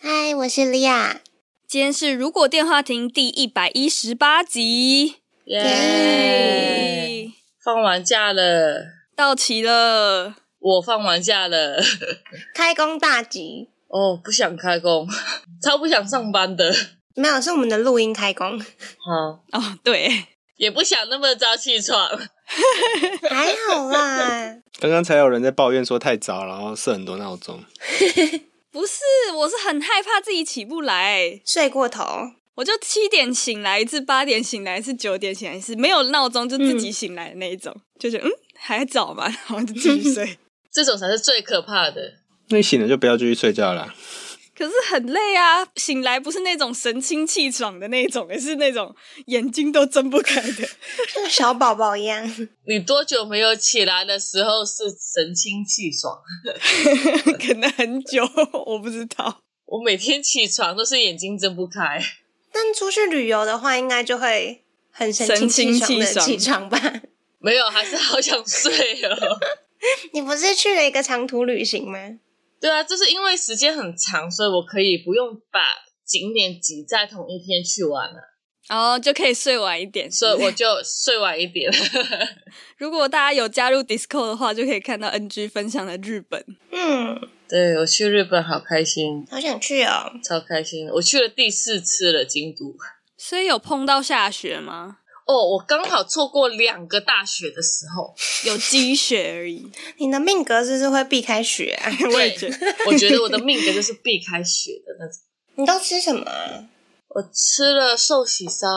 嗨，我是莉亚。今天是《如果电话亭》第一百一十八集，耶、耶，放完假了，到齐了。我放完假了， 开工大吉。哦，不想开工， 超不想上班的，没有，是我们的录音开工，好，哦，对，也不想那么早起床，还好啦。刚刚才有人在抱怨说太早，然后设很多闹钟。不是，我是很害怕自己起不来， 睡过头，我就七点醒来一次，八点醒来一次，九点醒来一次，没有闹钟就自己醒来的那一种，就觉得嗯还早嘛， 然后就继续睡。这种才是最可怕的。那你醒了就不要继续睡觉了。可是很累啊，醒来不是那种神清气爽的那种，也是那种眼睛都睁不开的。像小宝宝一样。你多久没有起来的时候是神清气爽？ 可能很久， 我不知道。我每天起床都是眼睛睁不开，但出去旅游的话，应该就会很神清气爽的神清气爽起床吧？没有，还是好想睡哦。 你不是去了一个长途旅行吗？对啊，就是因为时间很长，所以我可以不用把景点挤在同一天去玩了，然后哦就可以睡晚一点。所以我就睡晚一点。如果大家有加入 Disco 的话，就可以看到 NG 分享的日本。嗯， 对我去日本好开心，好想去哦。超开心！我去了第四次了，京都。所以有碰到下雪吗？哦，我刚好错过两个大雪的时候，有积雪而已。你的命格是不是会避开雪啊？ 我也觉得，我觉得我的命格就是避开雪的那种。 你都吃什么啊？我吃了寿喜烧，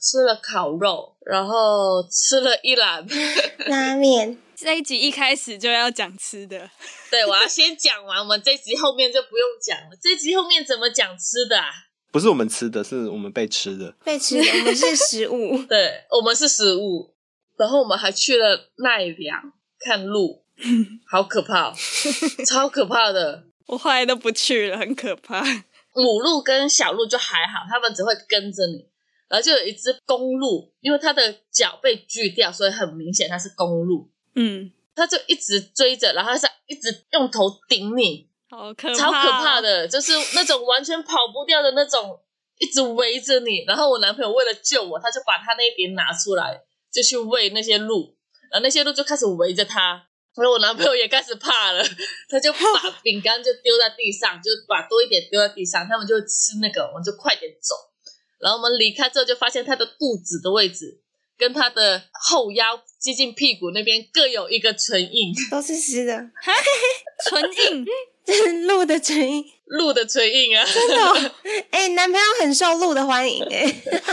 吃了烤肉，然后吃了一篮。 拉面。这一集一开始就要讲吃的。对，我要先讲完，我们这集后面就不用讲了。这集后面怎么讲吃的、啊？。不是我们吃的，是我们被吃的。被吃的，我们是食 物对，我们是食物，然后我们还去了奈良看鹿，好可怕、哦，超可怕的。我后来都不去了，很可怕。母鹿跟小鹿就还好，它们只会跟着你。然后就有一只公鹿，因为它的脚被锯掉，所以很明显它是公鹿。嗯，它就一直追着，然后它是一直用头顶你，好可怕，超可怕。的，就是那种完全跑不掉的那种，一直围着你。然后我男朋友为了救我，他就把他那一点拿出来，就去喂那些鹿，然后那些鹿就开始围着他。然后我男朋友也开始怕了，他就把饼干就丢在地上，就把多一点丢在地上，他们就吃那个，我们就快点走。然后我们离开之后，就发现他的肚子的位置跟他的后腰接近屁股那边各有一个唇印，都是湿的， 唇印，这是鹿的唇印。鹿的唇印啊。 哎、男朋友很受鹿的欢迎哎、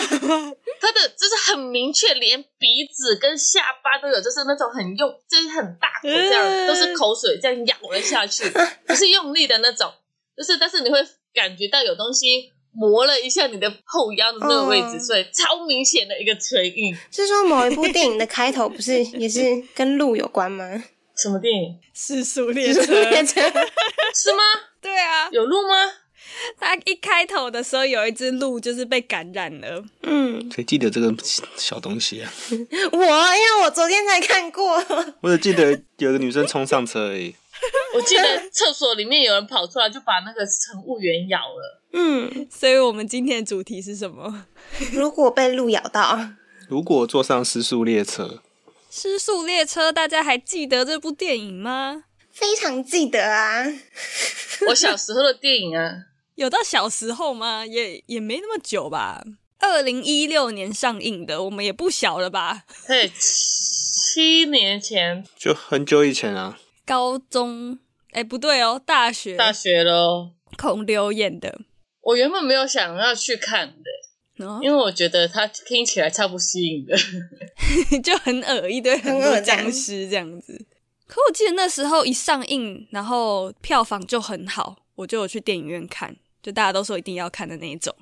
他的就是很明确，连鼻子跟下巴都有，就是那种很用，就是很大口这样，嗯都是口水这样咬了下去，不是用力的那种，就是但是你会感觉到有东西磨了一下你的后腰的那个位置，嗯所以超明显的一个唇印。是说某一部电影的开头不是也是跟鹿有关吗？什么电影？ 世俗列就车是。列车是吗？ 对啊，有路吗？它一开头的时候有一只鹿就是被感染了， 嗯，谁记得这个小东西啊？我因为我昨天才看过， 我只记得有个女生冲上车而已。我记得厕所里面有人跑出来就把那个乘务员咬了。嗯，所以我们今天的主题是什么？如果被鹿咬到，如果坐上失速列车，失速列车，大家还记得这部电影吗？非常记得啊，我小时候的电影啊， 有到小时候吗？也也没那么久吧。二零一六年上映的，我们也不小了吧？嘿，七年前就很久以前啊，高中，哎、不对哦，大学，大学喽。孔刘演的。我原本没有想要去看的，哦，因为我觉得它听起来超不吸引的。 就很恶一堆很很多恶这样僵尸这样子。可我记得那时候一上映，然后票房就很好，我就有去电影院看，就大家都说一定要看的那一种，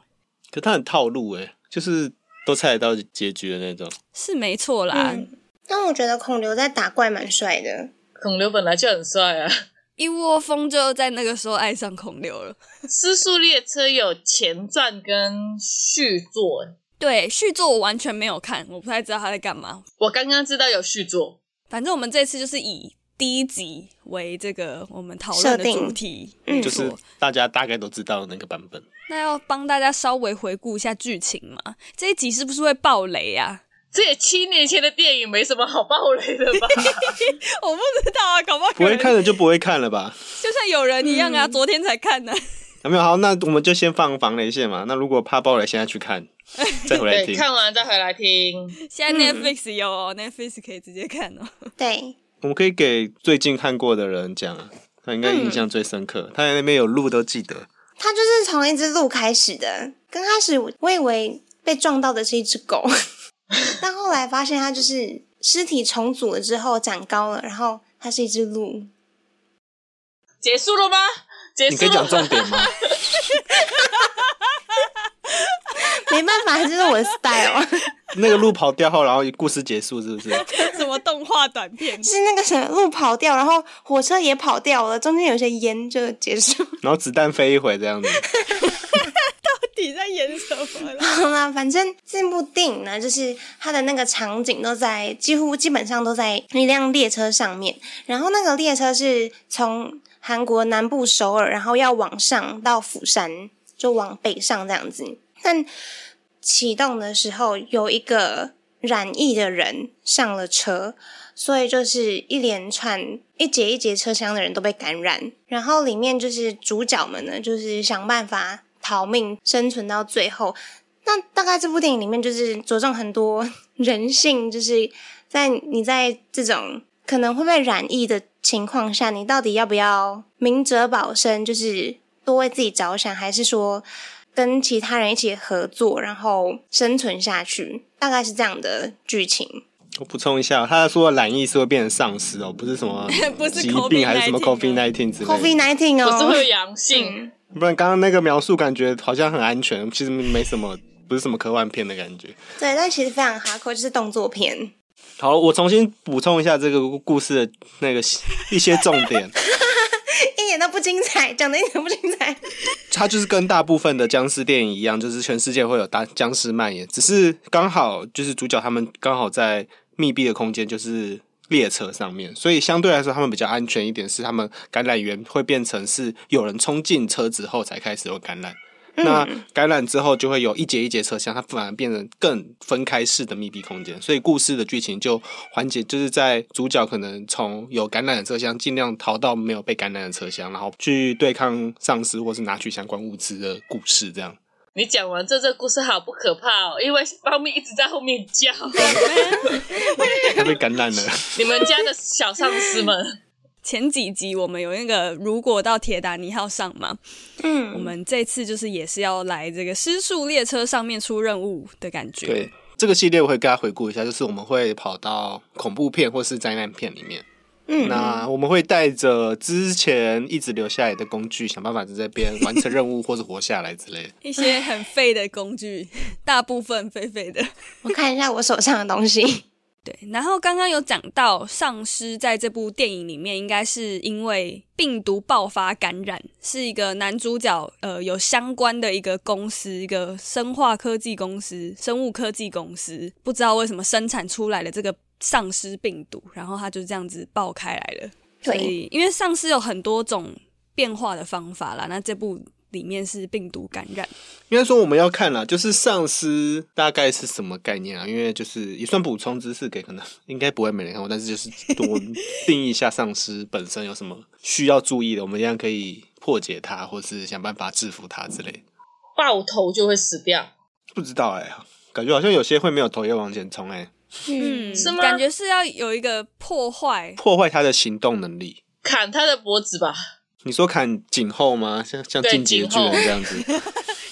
可他很套路哎、就是都猜得到结局的那种。是没错啦。嗯，但我觉得孔刘在打怪蛮帅的，孔刘本来就很帅啊，《一窝蜂就在那个时候爱上孔刘了。失速列车》有前传跟续作，对，续作我完全没有看，我不太知道他在干嘛。我刚刚知道有续作，反正我们这次就是以第一集为这个我们讨论的设定主题，嗯没就错是大家大概都知道的那个版本。那要帮大家稍微回顾一下剧情嘛。这一集是不是会爆雷啊呀、这也七年前的电影，没什么好爆雷的吧？ 我不知道啊，搞不好不有会人看的就不会看了吧？就像有人一样啊，嗯昨天才看呢、 啊、没有好，那我们就先放防雷线嘛。那如果怕爆雷，现在去看，再回来对，听。看完再回来听。嗯现在 Netflix 有、哦 Netflix 可以直接看哦。 对，我们可以给最近看过的人讲啊，他应该印象最深刻。他在那边有路都记得，他就是从一只鹿开始的。刚开始我以为被撞到的是一只狗，但后来发现它就是尸体重组了之后长高了，然后它是一只鹿。结束了吗？结你束可了以讲吗？重点吗？没办法，这是我的 style，那个路跑掉后，然后故事结束，是不是？什么动画短片？ 是那个什么鹿跑掉，然后火车也跑掉了，中间有些烟就结束。然后子弹飞一回这样子。到底在演什么啦？好啦，反正这部电影呢，就是它的那个场景都在几乎基本上都在一辆列车上面，然后那个列车是从韩国南部首尔，然后要往上到釜山，就往北上这样子。但启动的时候有一个染疫的人上了车，所以就是一连串一节一节车厢的人都被感染，然后里面就是主角们呢，就是想办法逃命生存到最后。那大概这部电影里面就是着重很多人性，就是在你在这种可能会被染疫的情况下，你到底要不要明哲保身，就是多为自己着想，还是说跟其他人一起合作，然后生存下去？大概是这样的剧情。我补充一下，他说懒疫是会变成丧尸哦，不是什么不是疾病还是什么 COVID-19 COVID nineteen 之类 COVID 的。 nineteen 不是会有哦，阳性，不然刚刚那个描述感觉好像很安全，其实没什么，不是什么科幻片的感觉。对，但其实非常哈扣，就是动作片。 好，我重新补充一下这个故事的那个一些重点。一点都不精彩，讲的一点都不精彩。它就是跟大部分的僵尸电影一样，就是全世界会有大僵尸蔓延，只是刚好就是主角他们刚好在密闭的空间，就是列车上面，所以相对来说他们比较安全一点，是他们感染源会变成是有人冲进车之后才开始有感染。那嗯感染之后就会有一节一节车厢，它反而变成更分开式的密闭空间，所以故事的剧情就缓解，就是在主角可能从有感染的车厢尽量逃到没有被感染的车厢，然后去对抗丧尸或是拿取相关物资的故事，这样。你讲完这这故事好不可怕哦，因为猫咪一直在后面叫。他被感染了，你们家的小丧尸们，前几集我们有那个如果到铁达尼号上嘛，嗯我们这次就是也是要来这个失速列车上面出任务的感觉。对。这个系列我会跟大家回顾一下，就是我们会跑到恐怖片或是灾难片里面，嗯，那我们会带着之前一直留下来的工具，想办法在这边完成任务或是活下来之类的。一些很废的工具， 大部分废废的。我看一下我手上的东西。对，然后刚刚有讲到丧尸在这部电影里面，应该是因为病毒爆发感染，是一个男主角呃有相关的一个公司，一个生化科技公司、生物科技公司，不知道为什么生产出来的这个丧尸病毒，然后它就这样子爆开来了。所对，以因为丧尸有很多种变化的方法啦，那这部里面是病毒感染。应该说我们要看啦，就是丧尸大概是什么概念啊？因为就是也算补充知识给可能应该不会每人看过，但是就是我们定义一下丧尸本身有什么需要注意的，我们一样可以破解它，或是想办法制服它之类。爆头就会死掉。不知道哎、感觉好像有些会没有头要往前冲哎、嗯，是吗感觉是要有一个破坏。破坏它的行动能力。砍他的脖子吧，你说砍颈后吗？像像对进击的巨颈后人这样子，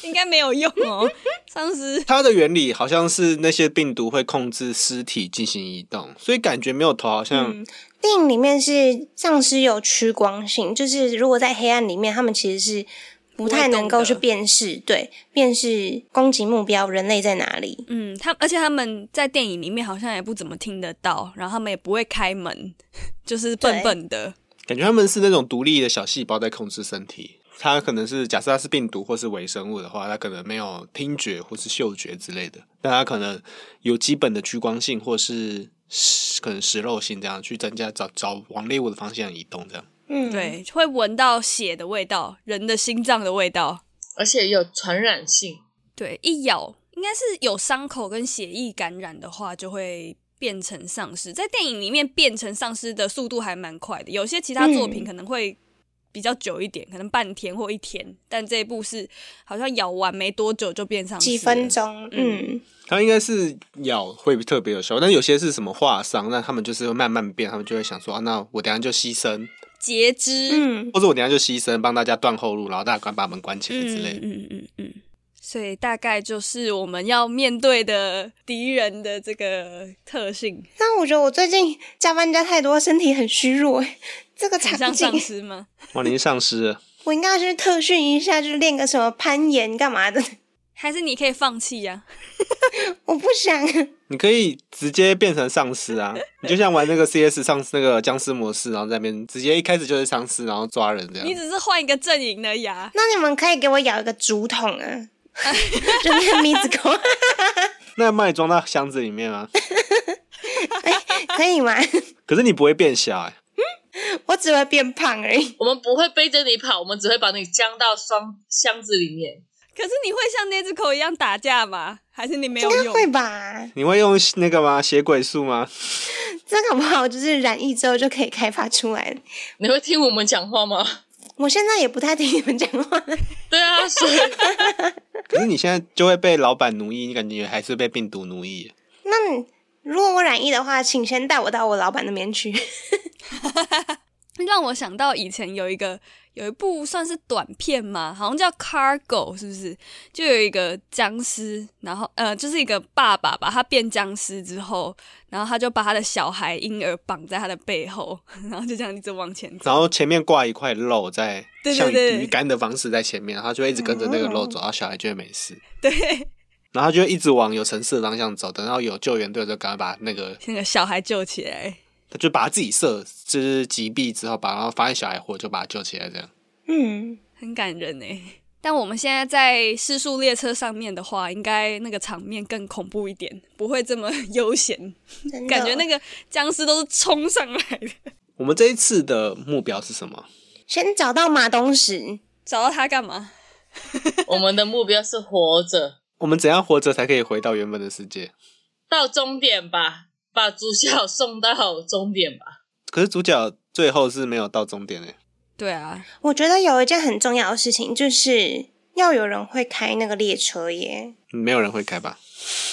应该没有用哦。 丧尸它的原理好像是那些病毒会控制尸体进行移动，所以感觉没有头好像、嗯电影里面是丧尸有趋光性，就是如果在黑暗里面，他们其实是不太能够去不会动的辨识，对，辨识攻击目标人类在哪里。嗯，他而且他们在电影里面好像也不怎么听得到，然后他们也不会开门， 就是笨笨的。感觉他们是那种独立的小细胞在控制身体。它可能是假设它是病毒或是微生物的话，它可能没有听觉或是嗅觉之类的，但它可能有基本的趋光性或是可能食肉性，这样去增加找找往猎物的方向移动。这样嗯，，对，会闻到血的味道，人的心脏的味道。而且有传染性。对，一咬应该是有伤口跟血液感染的话，就会变成丧尸。在电影里面变成丧尸的速度还蛮快的，有些其他作品嗯可能会比较久一点，可能半天或一天，但这一部是好像咬完没多久就变丧尸了，几分钟，嗯，它应该是咬会特别有效，但有些是什么划伤，那他们就是会慢慢变，他们就会想说，啊、那我等一下就牺牲，截肢。嗯，或者我等一下就牺牲帮大家断后路，然后大家关把门关起来之类的。嗯嗯嗯嗯。所以大概就是我们要面对的敌人的这个特 性，但我觉得我最近加班加太多，身体很虚弱。这个很像场丧景，尸吗？哇，你是丧尸了，我应该要去特训一下，就是练个什么攀岩干嘛的。 还是你可以放弃呀、我不想，你可以直接变成丧尸 啊！你就像玩那个 CS 丧那个僵尸模式，然后在那边直接一开始就是丧尸，然后抓人这嗯你样。只是换一个阵营而已啊。那你们可以给我咬一个竹筒 啊，就那米子狗， 那把你装到箱子里面吗？哎可以吗？ 可是你不会变小哎、我只会变胖而已。我们不会背着你跑，我们只会把你将到双箱子里面。可是你会像那只狗一样打架吗？还是你没有应该用？会吧？你会用那个吗？血鬼术吗？这搞不好就是染疫之后就可以开发出来了。你会听我们讲话吗？ 我现在也不太听你们讲话，对啊，所以可是你现在就会被老板奴役，你感觉还是被病毒奴役。那你如果我染疫的话，请先带我到我老板那边去。让我想到以前有一个有一部算是短片嘛，好像叫《Cargo》，是不是？就有一个僵尸，然后呃，就是一个爸爸吧，他变僵尸之后，然后他就把他的小孩婴儿绑在他的背后， 然后就这样一直往前走。 然后前面挂一块肉在，对对像对哦鱼竿的方式在前面，然后它就会一直跟着那个肉走，然后小孩就会没事，对，然后它就会一直往有城市的方向走，等到有救援队就赶快把那个，那个小孩救起来。他就把他自己射就是击毙之后，把然后发现小孩活就把他救起来这样。嗯，很感人呢。但我们现在在失速列车上面的话，应该那个场面更恐怖一点，不会这么 悠闲。真的感觉那个僵尸都是冲上来的，我们这一次的目标是什么？先找到马东石，找到他干嘛？我们的目标是活着我们怎样活着才可以回到原本的世界？到终点吧，把主角送到终点吧。可是主角最后是没有到终点欸诶，对啊，我觉得有一件很重要的事情，就是要有人会开那个列车耶。没有人会开吧？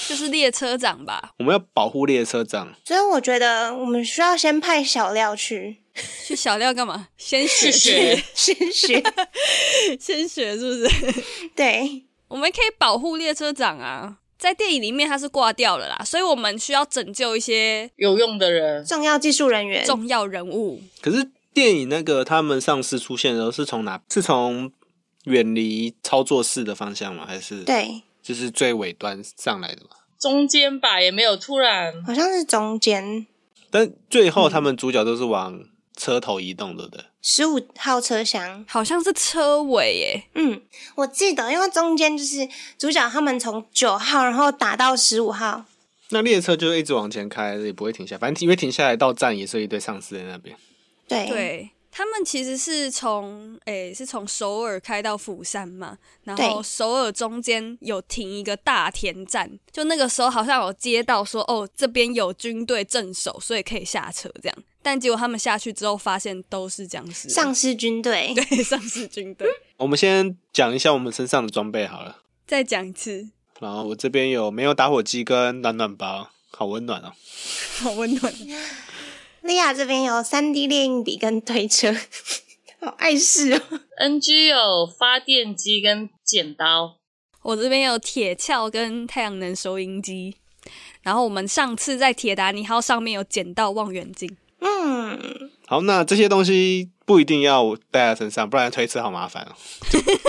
就是列车长吧，我们要保护列车长，所以我觉得我们需要先派小廖去去小廖干嘛？先学去 学，先学，先学是不是？ 对，我们可以保护列车长啊，在电影里面他是挂掉了啦，所以我们需要拯救一些有用的人，重要技术人员。重要人物。可是电影那个他们上次出现的时候是从哪？是从远离操作室的方向吗？还是，对，就是最尾端上来的嘛？中间吧也没有突然。好像是中间但最后他们主角都是往车头移动，对不对？十五号车厢。好像是车尾耶，嗯，我记得，因为中间就是主角他们从九号，然后打到十五号。那列车就一直往前开，也不会停下，反正因为停下来到站也是一堆丧尸在那边。对，对他们其实是从诶、是从首尔开到釜山嘛，然对后首尔中间有停一个大田站，就那个时候好像有接到说哦这边有军队镇守，所以可以下车这样。但结果他们下去之后，发现都是僵尸，丧尸军队。 对丧尸军队。我们先讲一下我们身上的装备好了。再讲一次，然后我这边有没有打火机跟暖暖包，好温暖哦。好温暖。莉亚这边有三 D 猎印笔跟推车， 好碍事哦。 NG 有发电机跟剪刀， 我这边有铁壳跟太阳能收音机，然后我们上次在铁达尼号上面有捡到望远镜。嗯，好，那这些东西不一定要带在身上，不然推车好麻烦哦。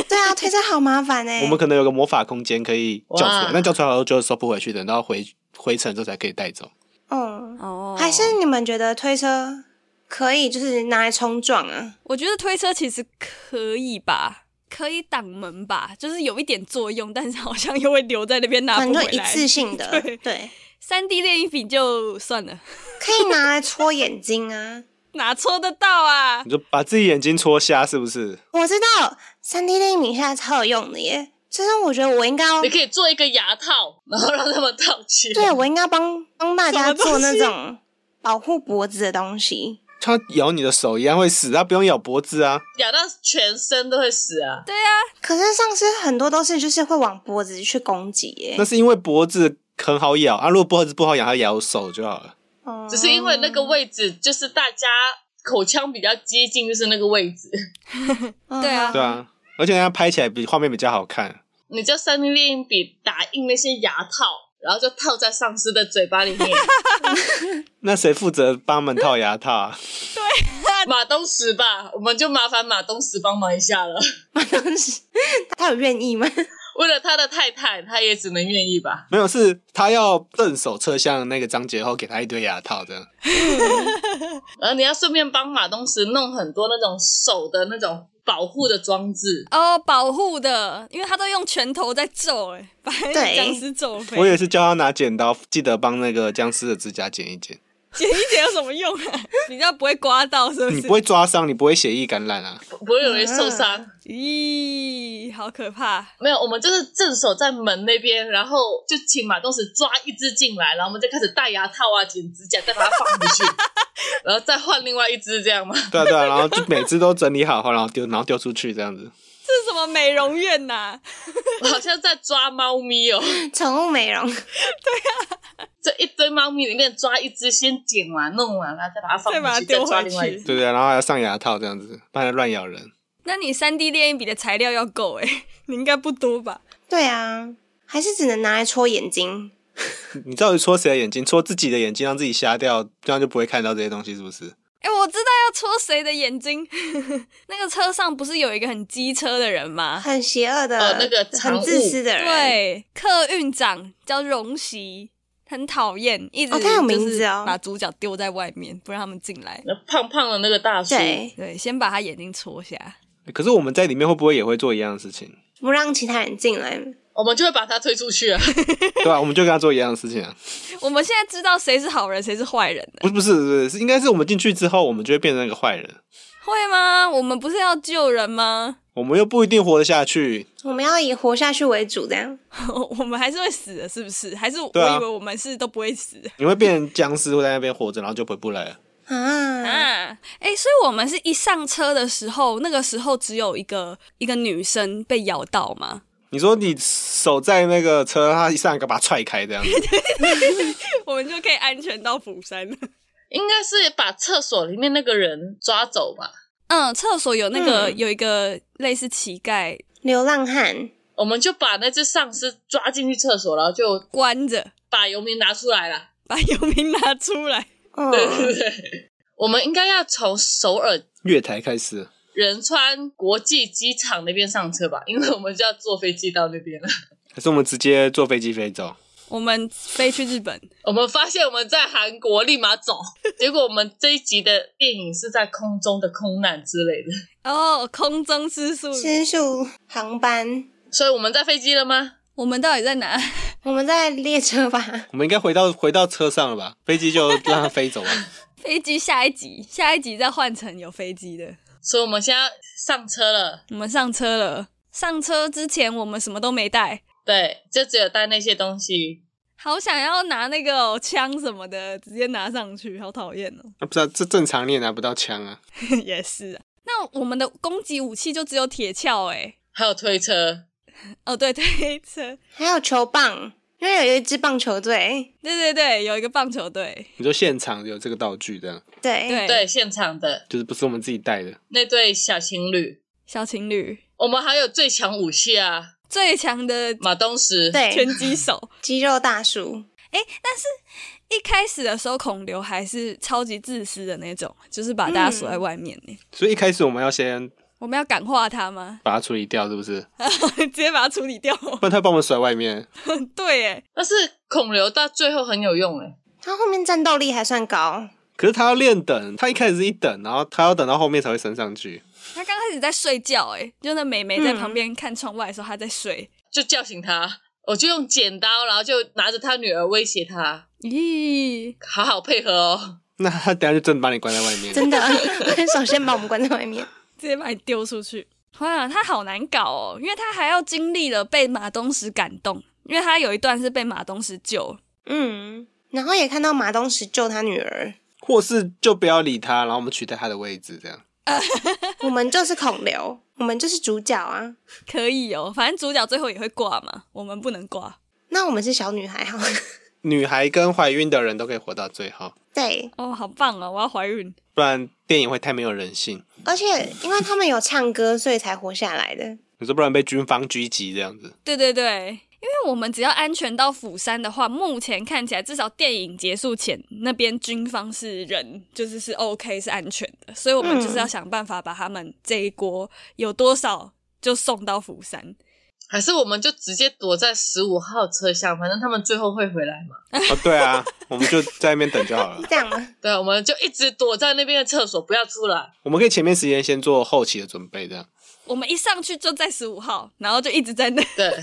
对啊，推车好麻烦哎、我们可能有个魔法空间可以叫出来哇，但叫出来后就收不回去，等到回回程之后才可以带走。嗯，哦，还是你们觉得推车可以就是拿来冲撞啊？我觉得推车其实可以吧，可以挡门吧，就是有一点作用，但是好像又会留在那边拿反不正回就一来。次性的，对对，三 D 练一笔就算了，可以拿来戳眼睛啊。哪戳得到啊？你就把自己眼睛戳瞎，是不是？我知道三 D 电影现在超有用的耶，就是我觉得我应该要你可以做一个牙套，然后让他们套起来。 对我应该帮帮大家什么东做那西种保护脖子的东西。它咬你的手一样会死，它不用咬脖子啊。 咬到全身都会死啊！对啊，可是上次很多都是就是会往脖子去攻击耶那，是因为脖子很好咬啊，如果脖子不好咬，它咬手就好了。哦 只是因为那个位置，就是大家口腔比较接近，就是那个位置。嗯对啊对啊，而且它拍起来比画面比较好看。你叫三 D 猎鹰笔打印那些牙套，然后就套在丧尸的嘴巴里面。那谁负责帮他们套牙套啊？ 马东石吧，我们就麻烦马东石帮忙一下了。 当时 他有愿意吗？ 为了他的太太，他也只能愿意吧。没有，是他要正手侧向那个张杰后，给他一堆牙套这样。然后你要顺便帮马东石弄很多那种手的那种保护的装置。哦，保护的，因为他都用拳头在揍、哎，把那个对僵尸揍飞。我也是教他拿剪刀，记得帮那个僵尸的指甲剪一剪。剪一剪有什么用 啊？比较不会刮到，是不你是不？会抓伤，你不会血液感染啊。不不会有人受伤。咦，好可怕！没有，我们就是正手在门那边，然后就请马东石抓一只进来，然后我们就开始戴牙套啊、剪指甲，再把它放回去，然后再换另外一只，这样吗？对啊对啊，然后就每只都整理好后，然后丢，然后丢出去这样子。这是什么美容院呐、我好像在抓猫咪哦，宠物美容，这一堆猫咪里面抓一只，先剪完、弄完，然后再把它放再把回它去，再丢抓回另外一只。去。对对、啊，然后还要上牙套这样子，不然乱咬人。那你三 D 猎鹰笔的材料要够哎、你 应该不多吧？对啊，还是只能拿来戳眼睛。你到底戳谁的眼睛？戳自己的眼睛，让自己瞎掉，这样就不会看到这些东西，是不是？哎、我知道要戳谁的眼睛。 那个车上不是有一个很机车的人吗？很邪恶的，哦那个很藏自物私的人，，对，客运长叫荣熙，很讨厌，一直哦他有名字哦就是把主角丢在外面，不让他们进来。那胖胖的那个大叔，对，对，先把他眼睛戳瞎。可是我们在里面会不会也会做一样的事情？不让其他人进来。我们就会把他推 出去啊。对啊，我们就跟他做一样的事情啊。我们现在知道谁是好人，谁是坏人了，不是不是不是，是应该是我们进去之后，我们就会变成那个坏人，会吗？我们不是要救人吗？ 我们又不一定活得下去。我们要以活下去为主，这样。我们还是会死的，是不是？还是我对啊以为我们是都不会死你会变成僵尸，会在那边活着，然后就回不来了。嗯啊，啊？哎、所以我们是一上车的时候，那个时候只有一个一个女生被咬到吗？你说你手在那个车，他一上来就把它踹开这样子， 我们就可以安全到釜山了。应该是把厕所里面那个人抓走吧。嗯，厕所有那个、嗯有一个类似乞丐流浪汉，我们就把那只丧尸抓进去厕所，然后就关着，把游民拿出来了。把游民拿出来。 哦，对对对，我们应该要从首尔月台开始。仁川国际机场那边上车吧，因为我们就要坐飞机到那边了。还是我们直接坐飞机飞走？我们飞去日本，我们发现我们在韩国，立马走。结果我们这一集的电影是在空中的空难之类的，哦，空中失速。私宿航班，所以我们在飞机了吗？我们到底在哪？ 我们在列车吧。我们应该回到回到车上了吧？飞机就让它飞走吧。飞机下一集，下一集再换成有飞机的。所以我们现在上车了，我们上车了，上车之前我们什么都没带，对，就只有带那些东西。好想要拿那个哦枪、什么的，直接拿上去，好讨厌哦。 那不知道这正常你也拿不到枪啊。也是、啊，那我们的攻击武器就只有铁锹哎。还有推车，哦，对， 推车，还有球棒，因为有一支棒球队。对对对，有一个棒球队，你说现场有这个道具，这样哎对，对对，现场的就是不是我们自己带的？那对小情侣，小情侣我们还有最强武器啊，最强的马东石。对拳击手。肌肉大叔，哎，但是一开始的时候，孔刘还是超级自私的那种，就是把大家锁在外面呢、所以一开始我们要先我们要感化他吗？ 把它处理掉，是不是？直接把他处理掉？ 不然他把我们甩外面。对，哎，但是孔刘到最后很有用哎，他后面战斗力还算高，可是他要练等，他一开始是一等，然后他要等到后面才会升上去。他刚开始在睡觉、哎，就那美美在旁边看窗外的时候，他在睡。就叫醒他，我就用剪刀，然后就拿着他女儿威胁他，咦，好好配合哦。那他等下就真的把你关在外面。真的， 首先把我们关在外面。直接把你丢出去。哇，他好难搞哦，因为他还要经历了被马东石感动，因为他有一段是被马东石救。嗯，然后也看到马东石救他女儿，或是就不要理他，然后我们取代他的位置，这样。我们就是孔刘，我们就是主角啊。可以哦，反正主角最后也会挂嘛，我们不能挂那我们是小女孩哈，女孩跟怀孕的人都可以活到最后， 对，哦，好棒哦，我要怀孕。不然电影会太没有人性。而且因为他们有唱歌，所以才活下来的。你说不然被军方狙击这样子，对对对，因为我们只要安全到釜山的话，目前看起来至少电影结束前那边军方是人，就是是 OK 是安全的，所以我们就是要想办法把他们这一锅有多少就送到釜山。还是我们就直接躲在十五号车厢，反正他们最后会回来嘛。哦，对 啊，我们就在那边等就好了。这样吗？对，啊我们就一直躲在那边的厕所，不要出来。我们可以前面时间先做后期的准备，这样。我们一上去就在十五号，然后就一直在那。 对，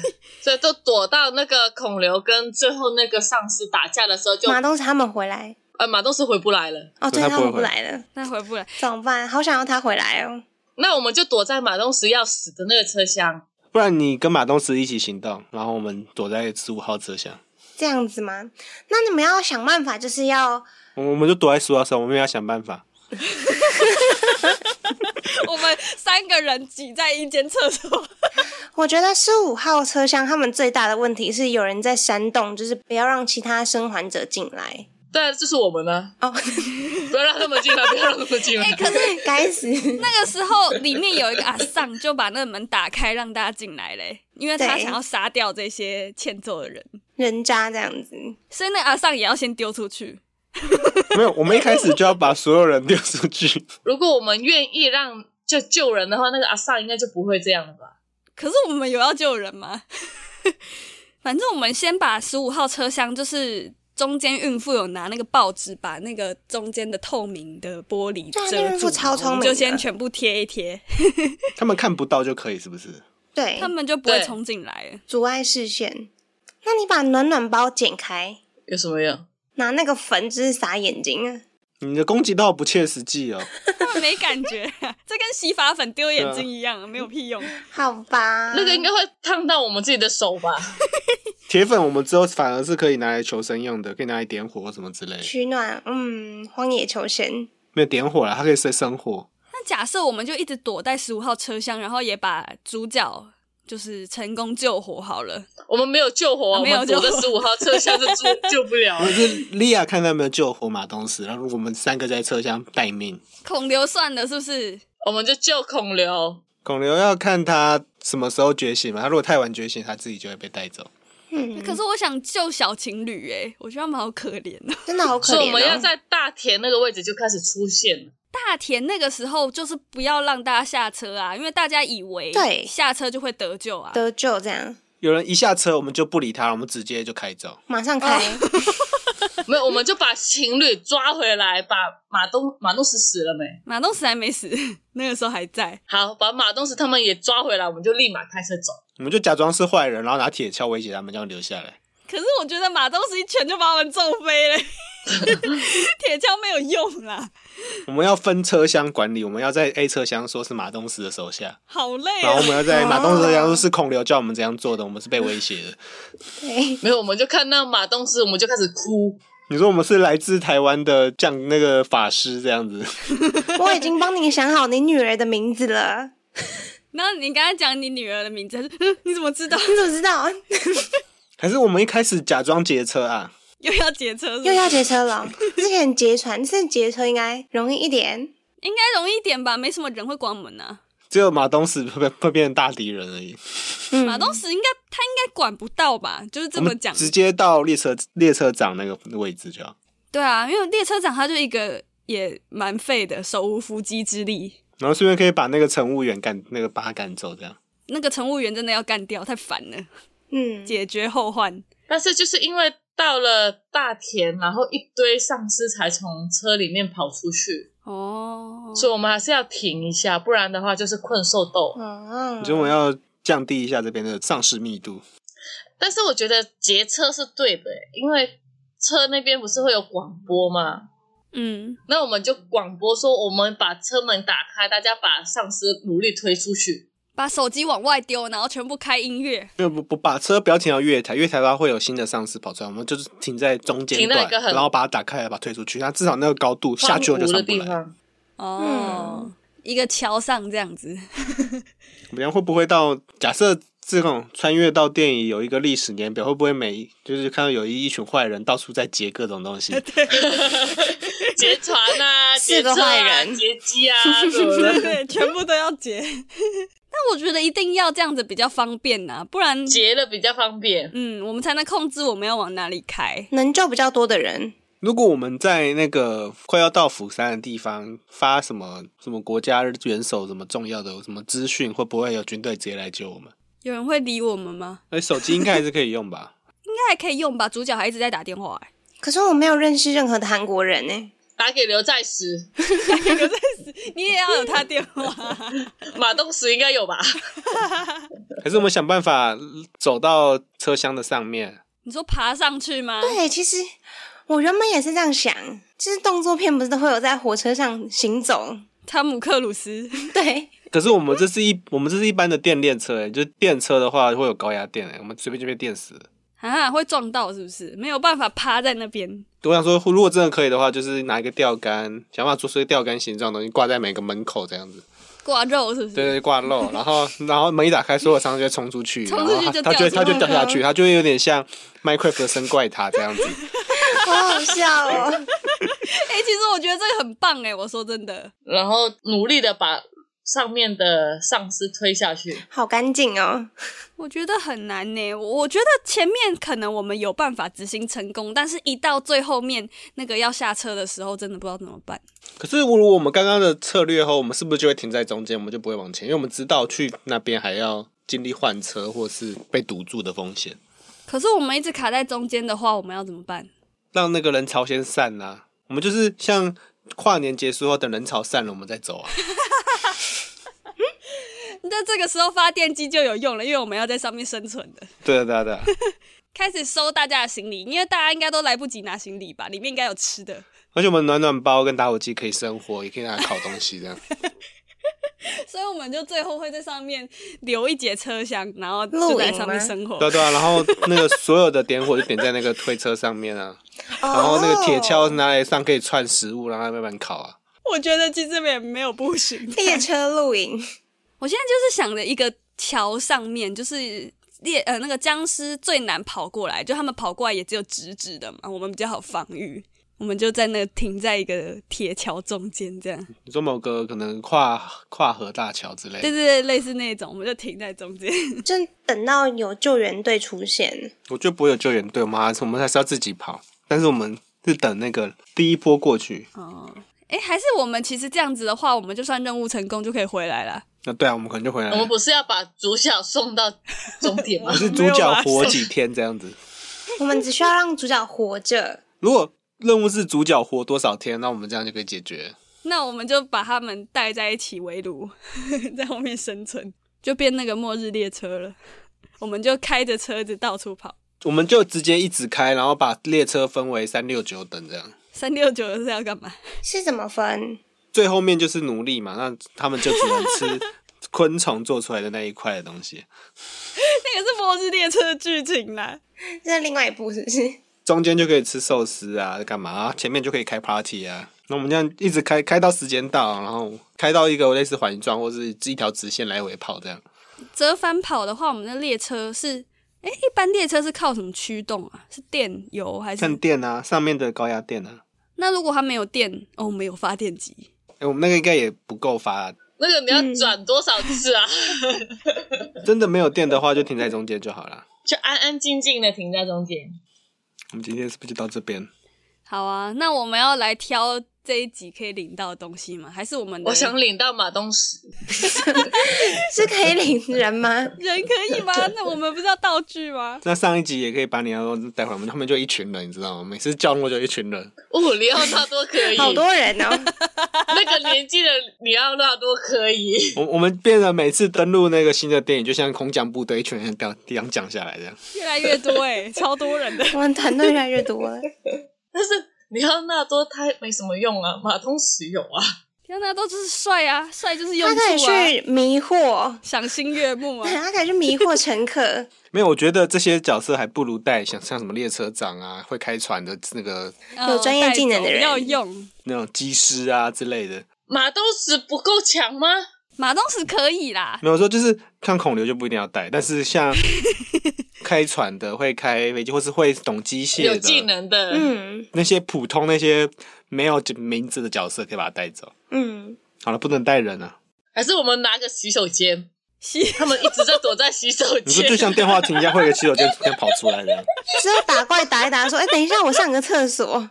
所以都躲到那个孔刘跟最后那个上司打架的时候就，马东石他们回来呃马东石回不来了。哦，对对他他不会们不回来了，那回不来，怎么办？好想要他回来哦。那我们就躲在马东石要死的那个车厢，不然你跟马东石一起行动，然后我们躲在十五号车厢，这样子吗？那你们要想办法，就是要我我们就躲在十五号车，我们要想办法。我们三个人挤在一间厕所。我觉得十五号车厢他们最大的问题是有人在煽动，就是不要让其他生还者进来对啊，就是我们呢、哦。 不要让他们进来，不要让他们进来。可是该死，那个时候里面有一个阿丧就把那个门打开，让大家进来嘞，因为他对想要杀掉这些欠揍的人，人渣这样子，所以那个阿丧也要先丢出去。没有，我们一开始就要把所有人丢出去。如果我们愿意让就救人的话，那个阿萨应该就不会这样了吧？可是我们有要救人吗？ 反正我们先把十五号车厢，就是中间孕妇有拿那个报纸把那个中间的透明的玻璃对啊遮那孕住，妇超聪我们明就的哎先全部贴一贴，他们看不到就可以，是不是？对 他，们就不会对冲进来了。阻碍视线。那你把暖暖包剪开，有什么用？拿那个粉就是撒眼睛啊。你的攻击到不切实际哦。 他们没感觉、这跟洗发粉丢眼睛一样，没有屁用。好吧，那个应该会烫到我们自己的手吧？铁粉我们之后反而是可以拿来求生用的，可以拿来点火什么之类的。取暖，嗯，荒野求生，没有点火了，它可以生生火。那假设我们就一直躲在十五号车厢，然后也把主角就是成功救活好了。嗯我们没有救火，啊我没有们躲在救火十五号车 厢就救救不了可。是莉亚看他有没有救活马东石，然后我们三个在车厢待命。孔刘算了，是不是？ 我们就救孔刘。孔刘要看他什么时候觉醒嘛，他如果太晚觉醒，他自己就会被带走。嗯，可是我想救小情侣、欸，我觉得他们好可怜哦。真的好所可以怜、哦。我们要在大田那个位置就开始出现了。大田那个时候就是不要让大家下车啊，因为大家以为对下车就会得救啊。得救这样，有人一下车，我们就不理他，我们直接就开走。马上开，哦没有，我们就把情侣抓回来，把马东马东石死了没？马东石还没死， 那个时候还在。好，把马东石他们也抓回来，我们就立马开车走。我们就假装是坏人，然后拿铁锹威胁他们，这样留下来。可是我觉得马东石一拳就把我们揍飞了， 铁锹没有用啦，我们要分车厢管理，我们要在 A 车厢说是马东石的手下，好累然后我们哦。要在马东石车厢说是孔刘叫我们这样做的，我们是被威胁的。 对，没有，我们就看到马东石，我们就开始哭。你说我们是来自台湾的像那个法师这样子，我已经帮你想好你女儿的名字了，然后你刚才讲你女儿的名字，她说 嗯你怎么知道？你怎么知道？还是我们一开始假装劫车啊？又要劫车是不是又要劫车了，之前劫船，这次劫车应该容易一点。应该容易一点吧，没什么人会管我们呐、啊只有马东石会会变成大敌人而已。嗯马东石应该他应该管不到吧？就是这我么们讲，直接到列车列车长那个位置就好。对啊，因为列车长他就一个也蛮废的，手无缚鸡之力。然后顺便可以把那个乘务员赶那个把他赶走，这样。那个乘务员真的要干掉，太烦了，嗯，解决后患。但是就是因为到了大田，然后一堆丧尸才从车里面跑出去，哦，所以我们还是要停一下，不然的话就是困兽斗。哦嗯你说我们要降低一下这边的丧尸密度，但是我觉得劫车是对的，因为车那边不是会有广播吗？嗯，那我们就广播说，我们把车门打开，大家把丧尸努力推出去。把手机往外丢，然后全部开音乐。因为不不把车不要停到月台，月台的话会有新的丧尸跑出来，我们就是停在中间停到段一个，很然后把它打开来，把它推出去。它至少那个高度下去我就荒芜的上不地来。方，哦，一个桥上这样子。我们会不会到假设这种穿越到电影有一个历史年表，会不会每就是看到有一一群坏人到处在劫各种 东西？劫船啊， 是劫个车坏啊，人劫机 啊，什么 的。对，全部都要 截。但我觉得一定要这样子比较方便呐、啊不然，截了比较方便。嗯，我们才能控制我们要往哪里开。能救比较多的人，如果我们在那个快要到釜山的地方发什么什么国家元首什么重要的什么资讯，会不会有军队直接来救我们？有人会理我们吗？哎，手机应该还是可以用 吧？应该还可以用吧，主角还一直在打电话、欸，可是我没有认识任何的韩国人呢、打给刘在石，你也要有他电话。马东石应该有吧？还是我们想办法走到车厢的上面？ 你说爬上去吗？对，其实我原本也是这样想，就是动作片不是都会有在火车上行走？汤姆克鲁斯， 对，可是我们这是一我们这是一般的电链车，哎，就是电车的话会有高压电，哎，我们随便就被电死了。啊，会撞到是不是？没有办法趴在那边。我想说，如果真的可以的话，就是拿一个钓竿，想办法做出一个钓竿形状的东西，挂在每个门口这样子，挂肉是不是？对对，挂漏，然后然后门一打开，所有商就会冲出去，冲然出去后它就它掉就会出它就去掉下去，它就会有点像 Minecraft 的生怪塔这样子。好好笑哦。哎、其实我觉得这个很棒哎、我说真的，然后努力的把上面的丧尸推下去。好干净哦，我觉得很难呢、我我觉得前面可能我们有办法执行成功，但是一到最后面那个要下车的时候，真的不知道怎么办。可是，如果我们刚刚的策略后，我们是不是就会停在中间，我们就不会往前？因为我们知道去那边还要经历换车或是被堵住的风险，可是我们一直卡在中间的话，我们要怎么办？让那个人潮先散啦、我们就是像跨年结束后，等人潮散了，我们再走啊。那这个时候发电机就有用了，因为我们要在上面生存的。对啊对啊对啊。开始收大家的行李，因为大家应该都来不及拿行李吧，里面应该有吃的。而且我们暖暖包跟打火机可以生火，也可以拿来烤东 西，这样所以我们就最后会在上面留一节车厢，然后就在上面生哦活对。啊对啊。然后那个所有的点火就点在那个推车上面啊，哦然后那个铁哦锹拿来上可以串食物，然后慢慢烤啊。我觉得其实也没有不行。列车露营，我现在就是想着一个桥上面，就是猎呃那个僵尸最难跑过来，就他们跑过来也只有直直的嘛，我们比较好防御。我们就在那停在一个铁桥中间，这样，你说某个可能跨跨河大桥之类对对对，的，类似那种，我们就停在中间。就等到有救援队出现，我觉得不会有救援队，我们还是我们还是要自己跑，但是我们是等那个第一波过去。 哦，哎，还是我们其实这样子的话，我们就算任务成功就可以回来了。那对啊，我们可能就回来我们了。不是要把主角送到终点吗 可？是主角活几天这样子？我们只需要让主角活着。如果任务是主角活多少天，那我们这样就可以解决。那我们就把他们带在一起围炉， 在后面生存，就变那个末日列车了。我们就开着车子到处跑，我们就直接一直开，然后把列车分为三六九等这样。三六九是要干嘛？是怎么分？最后面就是奴隶嘛，那他们就只能吃昆虫做出来的那一块的东西。那个是末日列车的剧情啦。这是另外一部是不是？中间就可以吃寿司啊，干嘛啊？前面就可以开 party 啊。那我们这样一直开，开到时间到，然后开到一个类似环状或是一条直线来回跑这样。折返跑的话，我们的列车是，哎，一般列车是靠什么驱动啊？是电油还看是？电啊，上面的高压电啊。那如果它没有电，哦，我们有发电机。哎、我们那个应该也不够发，那个你要转多少次啊？真的没有电的话，就停在中间就好了。就安安静静的停在中间。我们今天是不是就到这边？好啊，那我们要来挑这一集可以领到的东西吗？还是我们的我想领到马东石，是可以领人吗？人可以 吗？那我们不是要道具吗？那上一集也可以把你要带回来，我们后面就一群人，你知道吗？每次叫我就一群人，哦，里奥纳多可以， 好多人哦，那个年纪的里奥纳多可以， 我我们变得每次登录那个新的电影，就像空降部队，一群人掉地上降下来这样。越来越多 哎、超多人的。我们团队越来越多了。但是里奥纳多他没什么用啊，马东石有啊，天哪，都就是帅啊，帅就是用他处可以啊，去迷惑，赏心悦目啊。 他可以去迷惑乘客。没有，我觉得这些角色还不如带像像什么列车长啊、会开船的那个嗯有专业技能的人带走要用。那种机师啊之类的。马东石不够强吗？马东石可以啦，没有说就是像孔刘就不一定要带，但是像开船的、会开飞机或是会懂机械的，有技能的，嗯那些普通那些没有名字的角色可以把它带走。嗯，好了，不能带人啊！还是我们拿个洗手间，洗他们一直在躲在洗 手你说间，就像电话亭一样，会有个洗手间间跑出 来的，只有打怪打一打，说：“哎、等一下，我上个厕所。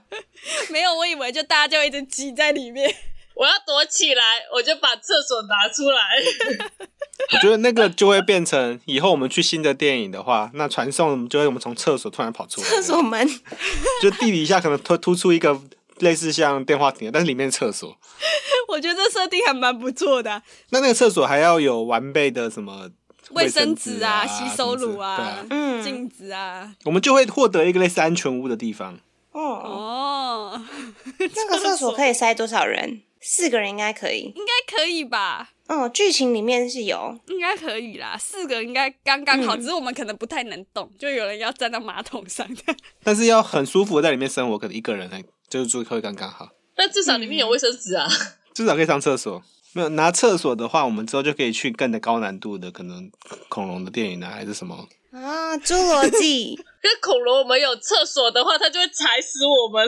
没有，我以为就大家就一直挤在里面。我要躲起来，我就把厕所拿出来。 我觉得那个就会变成以后我们去新的电影的话，那传送就会我们从厕所突然跑出”来，厕所门，就地底下可能突突出一个类似像电话亭的，但是里面是厕所。我觉得这设定还蛮不错的啊、那那个厕所还要有完备的什么卫生纸纸啊、啊、洗手乳什么啊之类的对啊、嗯镜子啊。我们就会获得一个类似安全屋的地方。哦，哦，那个厕所可以塞多少人？四个人应该可以。应该可以吧？哦，剧情里面是有，应该可以啦，四个应该刚刚好，只是我们可能不太能动，就有人要站到马桶上。但是要很舒服的在里面生活，可能一个人还就是住会刚刚好，但至少里面有卫生纸啊，至少可以上厕所。没有拿厕所的话，我们之后就可以去更的高难度的，可能恐龙的电影啊，还是什 么？啊，《侏罗纪》 跟恐龙我们有厕所的话，它就会踩死我们。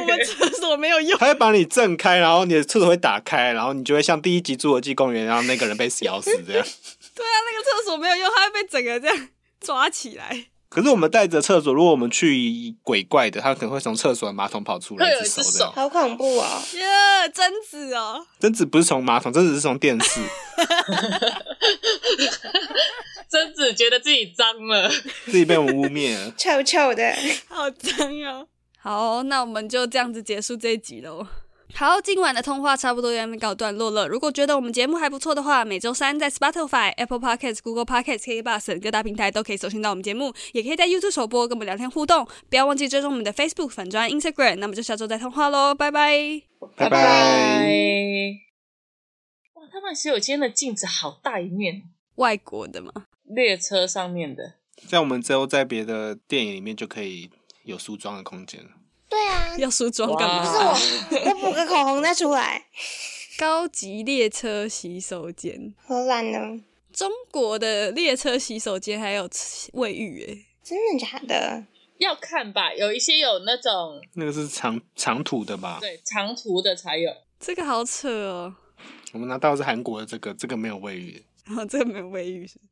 我们厕所没有用，它会把你震开，然后你的厕所会打开，然后你就会像第一集《侏罗纪公园》，然后那个人被咬死 这样。 对啊，那个厕所没有用，它会被整个这样抓起来。可是我们带着厕所，如果我们去鬼怪的，它可能会从厕所的马桶跑出来，会有一只手这样手。好恐怖哦！耶、贞子哦，贞子不是从马桶，贞子是从 电视。贞子觉得自己脏了，自己被我们污蔑了。臭臭的，好脏哦。好，那我们就这样子结束这一集喽。好，今晚的通话差不多要告段落了。如果觉得我们节目还不错的话，每周三在 Spotify、Apple Podcasts、Google Podcasts、K Bus 等各大平台都可以收听到我们节目，也可以在 YouTube 首播跟我们聊天互动。不要忘记追踪我们的 Facebook 粉专、Instagram。那么就下周再通话喽，拜拜。拜拜哇，他们洗手间的镜子好大一面，外国的嘛，列车上面的。像我们之后在别的电影里面就可以有梳妆的空间了。对啊，要梳妆干嘛？哇我补个口红再出来，高级列车洗手间，荷兰呢？中国的列车洗手间还有卫浴诶、真的假的？要看吧，有一些有那种那个是长长途的吧？对长途的才有，这个好扯哦。我们拿到的是韩国的这个，这个没有卫浴。然后这个没有卫浴是不是